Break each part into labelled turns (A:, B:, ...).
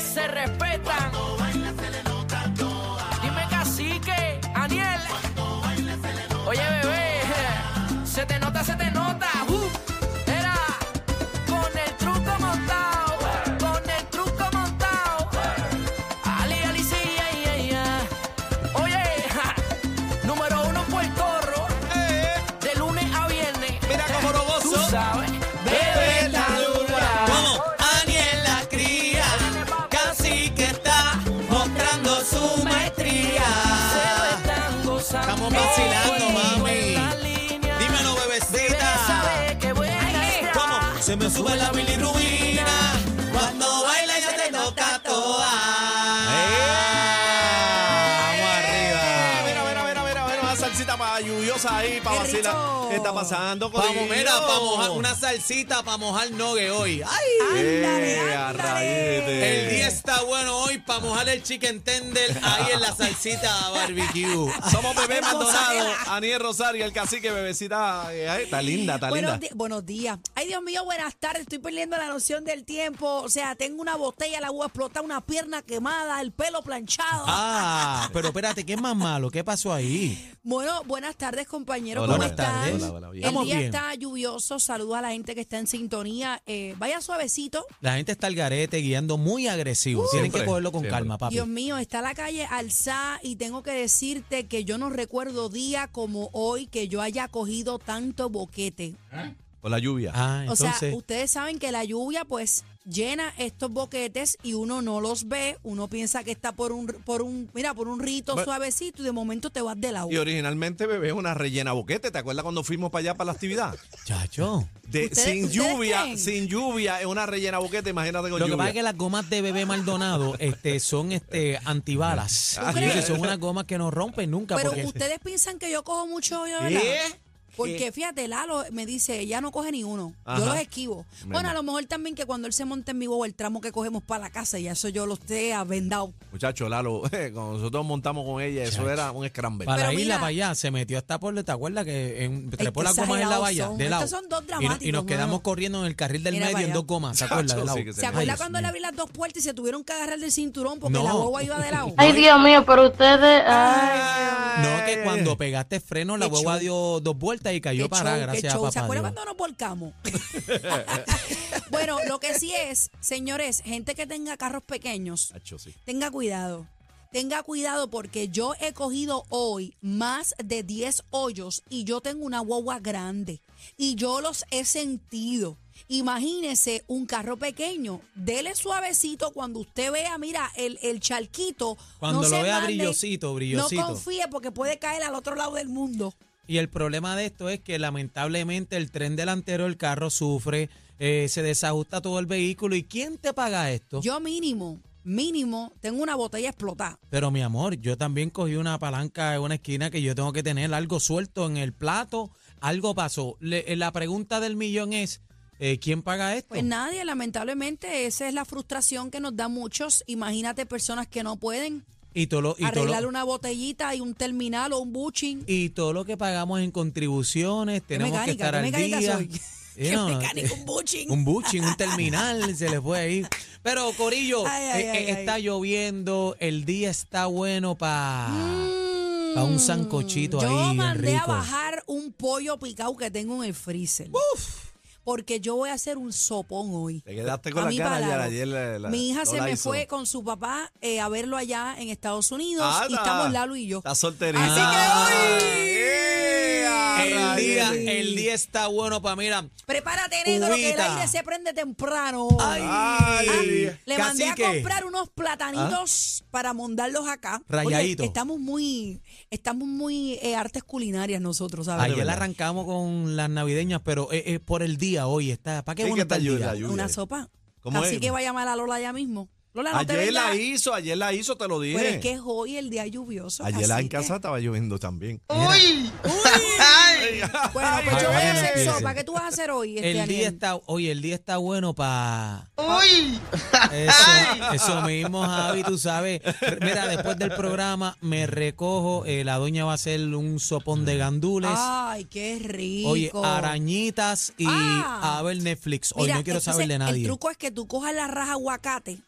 A: se respetan. Dime cacique, Aniel. Oye, bebé, se te nota, se te nota. Uh, era con el truco montado, con el truco montado. Ali, Ali, sí, ay, ay, ay. Oye, ja, número uno por torro, de lunes a viernes.
B: Mira cómo lo gozo.
A: Tú sabes,
B: Bebé la dura, como Aniel la cría, casi que está mostrando su maestría. Estamos vacilando, mami. Dímelo, bebecita. ¿Cómo? Se me sube la bilirrubina. Cuando baila ya te toca toda. Vamos arriba.
C: Mira, mira, mira, mira, mira, una salsita para lluviosa ahí, para
D: Qué rico.
C: vacilar. ¿Qué está pasando,
B: Vamos,
C: corillo?
B: mira, para mojar una salsita para mojar nogue hoy. ¡Ay!
C: Eh,
D: Ándale,
C: a
D: ándale.
C: rayete.
B: El día está bueno hoy para mojar el chicken tender ahí en la salsita barbecue.
C: Somos Bebé
D: Ay,
C: Maldonado,
D: Rosela.
C: Aniel Rosario, el cacique, bebecita. eh, ay, está linda, está
D: Buenos,
C: linda.
D: di- buenos días. Ay, Dios mío, buenas tardes. Estoy perdiendo la noción del tiempo. O sea, tengo una botella, la voy a explotar, una pierna quemada, el pelo planchado.
B: Ah, pero espérate, ¿qué es más malo? ¿Qué pasó ahí?
D: Bueno, buenas tardes, compañeros.
C: Hola,
D: ¿Cómo
C: buenas
D: están?
C: tardes. Hola, hola, bien.
D: El
B: Estamos
D: día
B: bien.
D: está lluvioso. Saludo a la gente que está en sintonía. Eh, vaya suavecito.
B: La gente está al garete guiando muy agresivo. Tienen
C: Siempre,
B: que cogerlo con
C: siempre.
B: calma, papi.
D: Dios mío, está la calle alzada y tengo que decirte que yo no recuerdo día como hoy que yo haya cogido tanto boquete.
C: Con la lluvia.
B: Ah,
D: O
B: entonces.
D: sea, ustedes saben que la lluvia pues llena estos boquetes y uno no los ve, uno piensa que está por un por un mira, por un rito
C: Bueno.
D: suavecito y de momento te vas de la
C: Y originalmente, bebé, es una rellena boquete. ¿Te acuerdas cuando fuimos para allá para la actividad?
B: Chacho.
C: De,
D: ¿Ustedes-
C: sin
D: ustedes
C: lluvia,
D: creen?
C: sin lluvia, es una rellena boquete. Imagínate con
B: Lo que
C: lluvia.
B: pasa es que las gomas de bebé Maldonado este, son este, antibalas.
D: ¿Tú
B: Y
D: crees?
B: son unas gomas que no rompen nunca.
D: Pero
B: porque
D: ustedes piensan que yo cojo mucho hoyo, ¿verdad?
C: ¿Qué?
D: Porque fíjate, Lalo me dice, ella no coge ni uno.
C: Ajá.
D: Yo los esquivo.
C: Menos.
D: Bueno, a lo mejor también que cuando él se monte en mi bobo, el tramo que cogemos para la casa, ya eso yo lo esté vendado.
C: Muchacho, Lalo, eh, cuando nosotros montamos con ella, eso era un scramble.
B: para la
D: Pero
B: isla
D: mira-
B: para allá se metió hasta por, ¿te acuerdas? Que en, trepó
D: qué
B: las gomas en la
D: exagerados
B: valla.
D: son.
B: De lado.
D: Estos son
B: Y
D: dos
B: no- Y,
D: dramáticos,
B: nos quedamos
D: mano.
B: corriendo en el carril del
D: Mira
B: medio
D: para
B: en
D: allá.
B: dos gomas, ¿se acuerdan?
C: Chacho,
B: De lado.
C: sí que
D: ¿Se
C: Ay,
D: acuerda
C: Dios
D: cuando le abrí las dos puertas y se tuvieron que agarrar del cinturón porque
B: No.
D: la boba iba de lado?
E: Ay, Dios mío, pero ustedes. Ay,
B: No, que cuando pegaste freno, la
D: Eh. Qué
B: hueva
D: show.
B: dio dos vueltas y cayó
D: Qué
B: para
D: show, qué
B: gracias a
D: show.
B: papá.
D: ¿Se acuerdan
B: Dios.
D: cuando nos volcamos? bueno, lo que sí es, señores, gente que tenga carros pequeños,
C: Chacho, sí.
D: tenga cuidado. Tenga cuidado porque yo he cogido hoy más de 10 hoyos y yo tengo una guagua grande y yo los he sentido. Imagínese un carro pequeño, dele suavecito cuando usted vea, mira, el, el charquito.
B: Cuando
D: no
B: lo
D: se
B: vea
D: mande,
B: brillosito, brillosito.
D: No confíe porque puede caer al otro lado del mundo.
B: Y el problema de esto es que lamentablemente el tren delantero del carro sufre, eh, se desajusta todo el vehículo. ¿Y quién te paga esto?
D: Yo mínimo, mínimo, tengo una botella explotada.
B: Pero mi amor, yo también cogí una palanca en una esquina que yo tengo que tener algo suelto en el plato. Algo pasó. Le- eh, la pregunta del millón es, eh, ¿quién paga esto?
D: Pues nadie, lamentablemente, esa es la frustración que nos da muchos. Imagínate personas que no pueden
B: y todo lo, y todo lo-
D: arreglar una botellita y un terminal o un bushing.
B: y todo lo que pagamos en contribuciones, tenemos que
D: mecánica?
B: estar
D: ¿Qué
B: al
D: mecánica
B: día.
D: soy?
B: Eh,
D: ¿Qué
B: no, no,
D: mecánico?
B: eh,
D: Un bushing.
B: Un buching, un terminal, se les fue ahí. Pero, Corillo,
D: Ay, ay,
B: eh,
D: ay,
B: eh,
D: ay.
B: está lloviendo, el día está bueno para
D: Mm.
B: un sancochito
D: Yo
B: ahí. bien
D: mandé a
B: rico.
D: bajar un pollo picado que tengo en el freezer. Porque yo voy a hacer un sopón hoy.
C: Te quedaste
D: A
C: con
D: mí
C: la cara ayer.
D: balado.
C: ayer la- la-
D: Mi hija
C: no
D: se
C: la
D: me
C: hizo.
D: fue con su papá eh, a verlo allá en Estados Unidos
C: Ah,
D: y
C: está-
D: estamos Lalo y yo.
C: Está solterita.
D: Así que hoy-
C: ¡Eh, a
B: El día,
C: rayete!
B: el día está bueno para, mira,
D: Prepárate, negro, que el
B: Uvita.
D: aire se prende temprano. Ah,
C: Ay,
B: Ay,
D: Le mandé a
B: cacique.
D: comprar unos platanitos para mondarlos acá.
B: Rayadito.
D: Oye, estamos muy, estamos muy eh, artes culinarias nosotros, ¿sabes?
B: Ayer arrancamos con las navideñas, pero es, es por el día hoy. está ¿Para qué
C: Sí,
B: bueno
C: que te
B: está el
C: ayuda,
B: día?
C: ayuda.
D: Una sopa.
C: ¿Cómo
D: Así
C: es?
D: que va a llamar a Lola ya mismo. Lola, no te
C: Ayer la
D: vengas.
C: hizo, ayer la hizo, te lo dije.
D: Pero es que es hoy el día lluvioso.
C: ayer la
D: así
C: en
D: que-
C: casa estaba lloviendo también.
D: Bueno, pues
B: Ay,
D: yo voy a
B: ay, ay,
D: hacer
B: ay.
D: sopa. ¿Qué tú vas a hacer hoy? Este
B: El día
D: Aniel?
B: está, oye, el día está bueno para. Eso, eso mismo, Javi, tú sabes. Mira, después del programa me recojo. eh, la doña va a hacer un sopón de gandules.
D: Ay, qué Ah, rico.
B: Oye, arañitas y
D: Ah.
B: a ver Netflix. Hoy
D: Mira,
B: no quiero saber
D: entonces,
B: de
D: El
B: nadie.
D: truco es que tú cojas la raja aguacate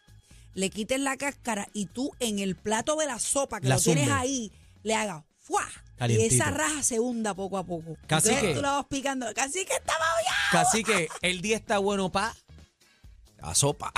D: le quiten la cáscara y tú en el plato de la sopa que
B: La
D: lo tienes
B: zumbe.
D: ahí, le hagas ¡fuá!
B: Calientito.
D: Y esa raja se hunda poco a poco.
B: Cacique.
D: Entonces tú la vas picando. Casi que estaba ya.
B: Así que el día está bueno pa.
C: A sopa.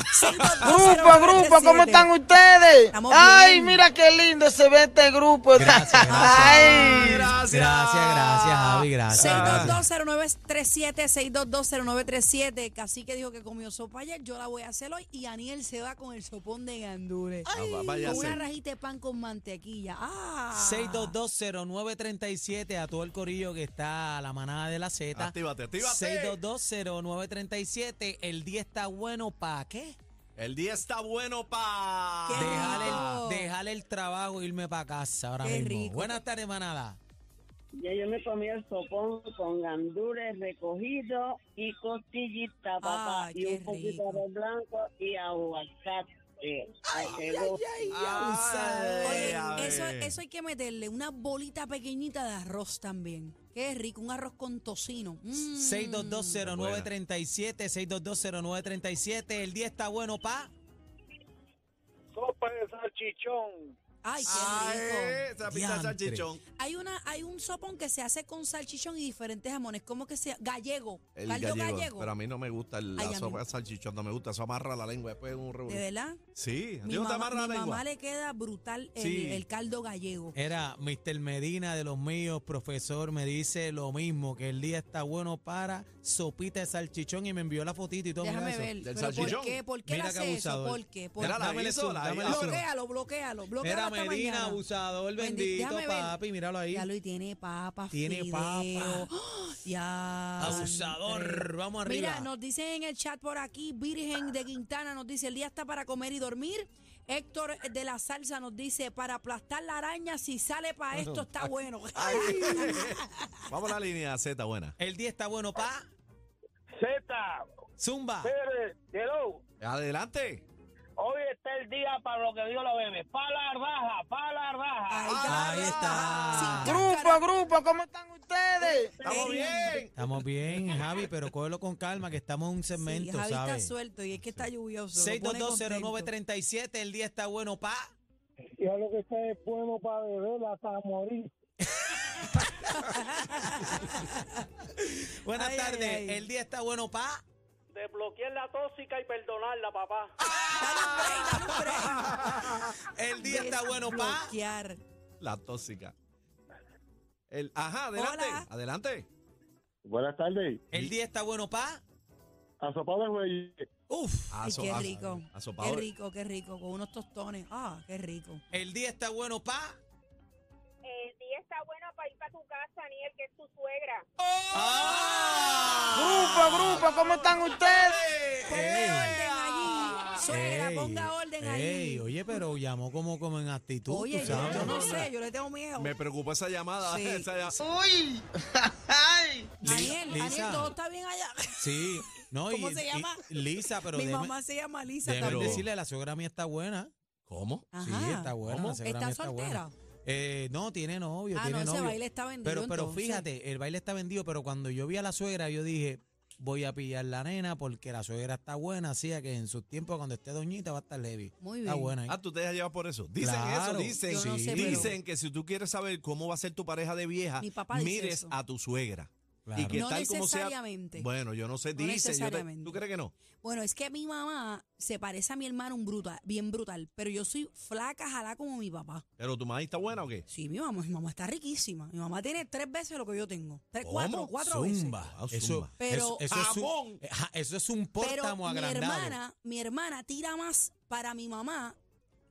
F: Grupo, grupo, ¿cómo están ustedes?
D: Estamos
F: Ay,
D: bien.
F: mira qué lindo se ve este grupo.
B: Gracias, gracias.
F: Ay.
C: Gracias.
B: Gracias, gracias, Javi, gracias. gracias.
D: 6220937, 6220937. Cacique dijo que comió sopa ayer, yo la voy a hacer hoy. Y Aniel se va con el sopón de gandules.
C: Ah, va- vaya a
D: Con una
C: ser.
D: rajita de pan con mantequilla. ¡Ah!
B: 6220937 a todo el corillo que está a la manada de la Z.
C: Actívate, actívate.
B: 6220937, el día está bueno pa qué?
C: El día está bueno pa.
D: Qué
B: Dejar
D: rico.
B: el, dejar el trabajo e irme para casa ahora
D: Qué
B: mismo.
D: rico.
B: Buenas tardes, manada.
G: Ya yo me comí el sopón con gandules recogidos y costillita, papá,
D: Ay,
G: y
D: qué
G: un poquito de
D: rico.
G: arroz blanco y aguacate. Ay, qué gusto.
D: Oye,
C: Eh, a
D: eso,
C: ver.
D: eso hay que meterle una bolita pequeñita de arroz también. Qué rico, un arroz con tocino. Mm.
B: 6220937, 6220937, el día está bueno pa.
H: sopa de salchichón.
D: Ay, qué
C: Ay,
D: rico.
C: esa pizza de
B: Diantre.
C: salchichón.
D: Hay una, hay un sopón que se hace con salchichón y diferentes jamones. ¿Cómo que sea? Gallego.
C: El
D: Caldo
C: gallego,
D: gallego.
C: Pero a mí no me gusta el,
D: Ay, a
C: la
D: mí
C: sopa
D: no.
C: de salchichón, no me gusta. Eso amarra la lengua después es un revolú.
D: ¿De verdad?
C: Sí, ¿a ti
D: Mi
C: no te
D: mamá,
C: amarra la
D: mi
C: lengua?
D: mamá le queda brutal el,
C: Sí.
D: el caldo gallego.
B: Era Mr. Medina de los míos, profesor, me dice lo mismo, que el día está bueno para sopita de salchichón y me envió la fotito y todo. mira
D: Déjame
B: eso.
D: ver.
C: del
D: ¿Pero
C: salchichón.
D: ¿Por qué? ¿Por qué él
B: Mira qué
D: hace eso?
B: abusador.
D: ¿Por qué? ¿Por
C: Mira la
D: qué?
B: Dámele
C: hizo,
B: zoom,
C: la
B: dámele
C: hizo.
B: zoom.
D: Bloquealo, bloquealo, bloquealo.
B: Era
D: hasta
B: Medina,
D: mañana.
B: abusador,
D: Bendi-
B: bendito,
D: déjame ver.
B: papi, míralo ahí.
D: Ya lo y tiene papa,
B: Tiene
D: fideo.
B: papa.
D: ¡Ah! Ya.
B: Abusador, vamos arriba.
D: eh. Mira, nos dicen en el chat por aquí, Virgen de Quintana nos dice, el día está para comer y dormir. Héctor de la Salsa nos dice, para aplastar la araña, si sale para esto está bueno.
C: Vamos a la línea Z, buena.
B: El día está bueno pa.
H: Z,
B: Zumba.
H: Pérez, Hello.
C: Adelante.
G: Hoy está el día para lo que Dios lo bebe. Pa' la raja, pa' la raja.
B: Ahí está.
D: Sin
F: Grupo, grupo, ¿cómo están ustedes?
C: Estamos bien.
B: Estamos bien, Javi, pero cógelo con calma, que estamos en un
D: Sí,
B: segmento,
D: Javi está
B: ¿sabes?
D: suelto y es que está lluvioso. lo pone contento.
B: 6220937, el día está bueno pa.
H: Ya lo que está es bueno para beber hasta morir.
B: Buenas
D: Ay, ay,
B: tardes,
D: ay.
B: el día está bueno pa.
H: Desbloquear la tóxica y perdonarla, papá.
B: El día está bueno pa.
D: Desbloquear.
C: La tóxica. El, ajá, adelante.
D: Hola.
C: Adelante.
H: Buenas tardes.
B: El día está bueno pa.
H: Asopado de güey.
B: Uf.
D: Ay,
C: Aso-
D: qué
C: aso-
D: rico.
C: asopado.
D: Qué rico, qué rico. Con unos tostones. Ah, qué rico.
B: El día está bueno pa.
I: El día está bueno para ir para tu casa, Aniel, que es tu suegra.
F: Grupo, grupo, ¿cómo están ustedes?
D: Ponga
C: ¡Eh!
B: Ey.
D: orden allí. Suegra,
B: Ey,
D: ponga orden
B: ey,
D: allí.
B: oye, pero llamó como, como en actitud,
D: Oye,
B: tú
D: yo,
B: sabes.
D: yo no sé, yo le tengo miedo.
C: Me preocupó esa llamada.
D: Sí.
C: esa llam-
F: Uy. Ay.
D: Daniel,
B: Lisa.
D: Daniel, todo está bien allá.
B: Sí, no,
D: ¿Cómo
B: y,
D: se llama?
B: y Lisa, pero
D: Mi
B: déjeme-
D: mamá se llama Lisa
B: déjeme
C: pero-
D: también.
B: decirle, la suegra mía está buena.
C: ¿Cómo?
B: Sí,
D: Ajá.
B: está buena.
C: ¿Cómo?
B: la suegra
D: ¿Está
B: mía está
D: soltera?
B: buena. Eh, no, tiene novio,
D: Ah,
B: tiene
D: no, ese
B: novio.
D: baile está vendido,
B: Pero, pero
D: entonces.
B: fíjate, el baile está vendido, pero cuando yo vi a la suegra, yo dije, voy a pillar la nena porque la suegra está buena, así que en sus tiempos cuando esté doñita va a estar heavy.
D: Muy
B: Está
D: bien.
B: buena. ¿eh? ahí.
C: Ah, tú te dejas llevar por eso. Dicen
B: Claro.
C: eso, dicen.
D: Yo no sé, pero-
C: dicen que si tú quieres saber cómo va a ser tu pareja de vieja,
D: Mi papá dice
C: mires
D: eso.
C: a tu suegra. Y
B: Claro.
C: que
D: No
C: tal como sea.
D: necesariamente.
C: Bueno, yo no sé,
D: No
C: dicen. yo te-
D: necesariamente.
C: ¿Tú crees que no?
D: Bueno, es que mi mamá se parece a mi hermano un brutal, bien brutal, pero yo soy flaca, jalá como mi papá.
C: Pero tu mamá está buena o qué?
D: Sí, mi mamá, mi mamá está riquísima. Mi mamá tiene tres veces lo que yo tengo. Tres,
C: ¿Cómo?
D: cuatro, cuatro veces.
B: Zumba.
C: Ah,
B: Eso,
C: zumba.
D: Pero-
B: eso, eso es un,
C: ¡Jamón!
B: Ajá, eso es un
D: Pero
B: pórtamo
D: mi
B: agrandado.
D: hermana, mi hermana tira más para mi mamá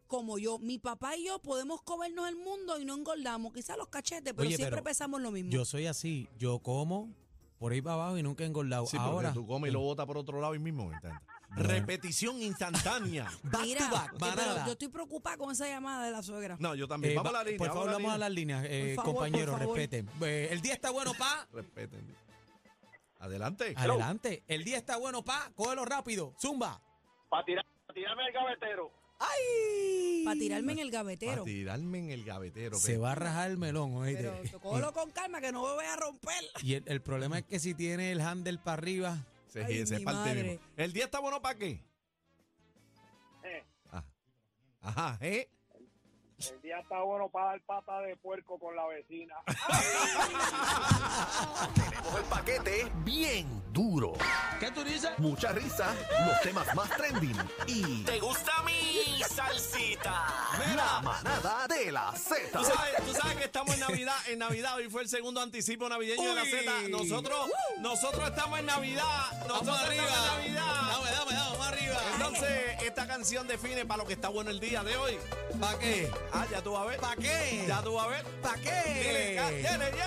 D: como yo. Mi papá y yo podemos comernos el mundo y no engordamos. Quizás los cachetes, pero
B: Oye,
D: siempre
B: pero
D: pesamos lo mismo.
B: Yo soy así, yo como por ahí para abajo y nunca he engordado.
C: Sí,
B: Ahora, eh,
C: Ahora. tú comes y lo botas por otro lado y mismo. ¿entiendes? Repetición instantánea.
B: back
D: Mira,
B: to back,
D: que- pero
B: manada.
D: yo estoy preocupada con esa llamada de la suegra.
C: No, yo también.
B: Eh,
C: vamos a
B: va-
C: la línea.
B: por favor, vamos a las líneas, eh,
D: Por favor,
B: compañeros,
D: por favor.
B: respeten. Eh, el día está bueno, pa.
C: la Respeten. Adelante.
B: Adelante. El día está bueno, pa. Cógelo rápido. Zumba.
H: Para tirar, pa' tirarme el gavetero.
D: Para tirarme en el gavetero.
C: Para tirarme en el gavetero.
B: Se
C: pe-
B: va a rajar el melón, oíste.
D: Pero cógelo con calma que no me voy a romper.
B: Y el, el problema es que si tiene el handle para arriba,
C: Se,
D: Ay,
C: se
D: mi
C: parte
D: madre.
C: mismo. ¿El día está bueno para qué?
H: Eh.
C: Ah, Ajá, ¿eh?
H: El día está bueno para dar pata de puerco con la vecina.
J: Tenemos el paquete bien duro.
F: ¿Qué tú dices?
J: Mucha risa, los temas más trending y
A: ¿Te gusta mi salsita?
J: la manada de la Z.
C: Tú sabes, tú sabes que estamos en Navidad, en Navidad, hoy fue el segundo anticipo navideño de la
B: Uy.
C: Z. Nosotros, nosotros estamos en Navidad, nosotros
B: Vamos arriba.
C: estamos en Navidad.
B: Dame, dame, dame, más arriba.
C: Entonces, esta canción define para lo que está bueno el día de hoy. ¿Para qué? Ah, ya tú vas a ver. ¿Para
B: qué?
C: Ya tú vas a ver.
B: ¿Pa' qué?
C: Dile, ya, dile, ya.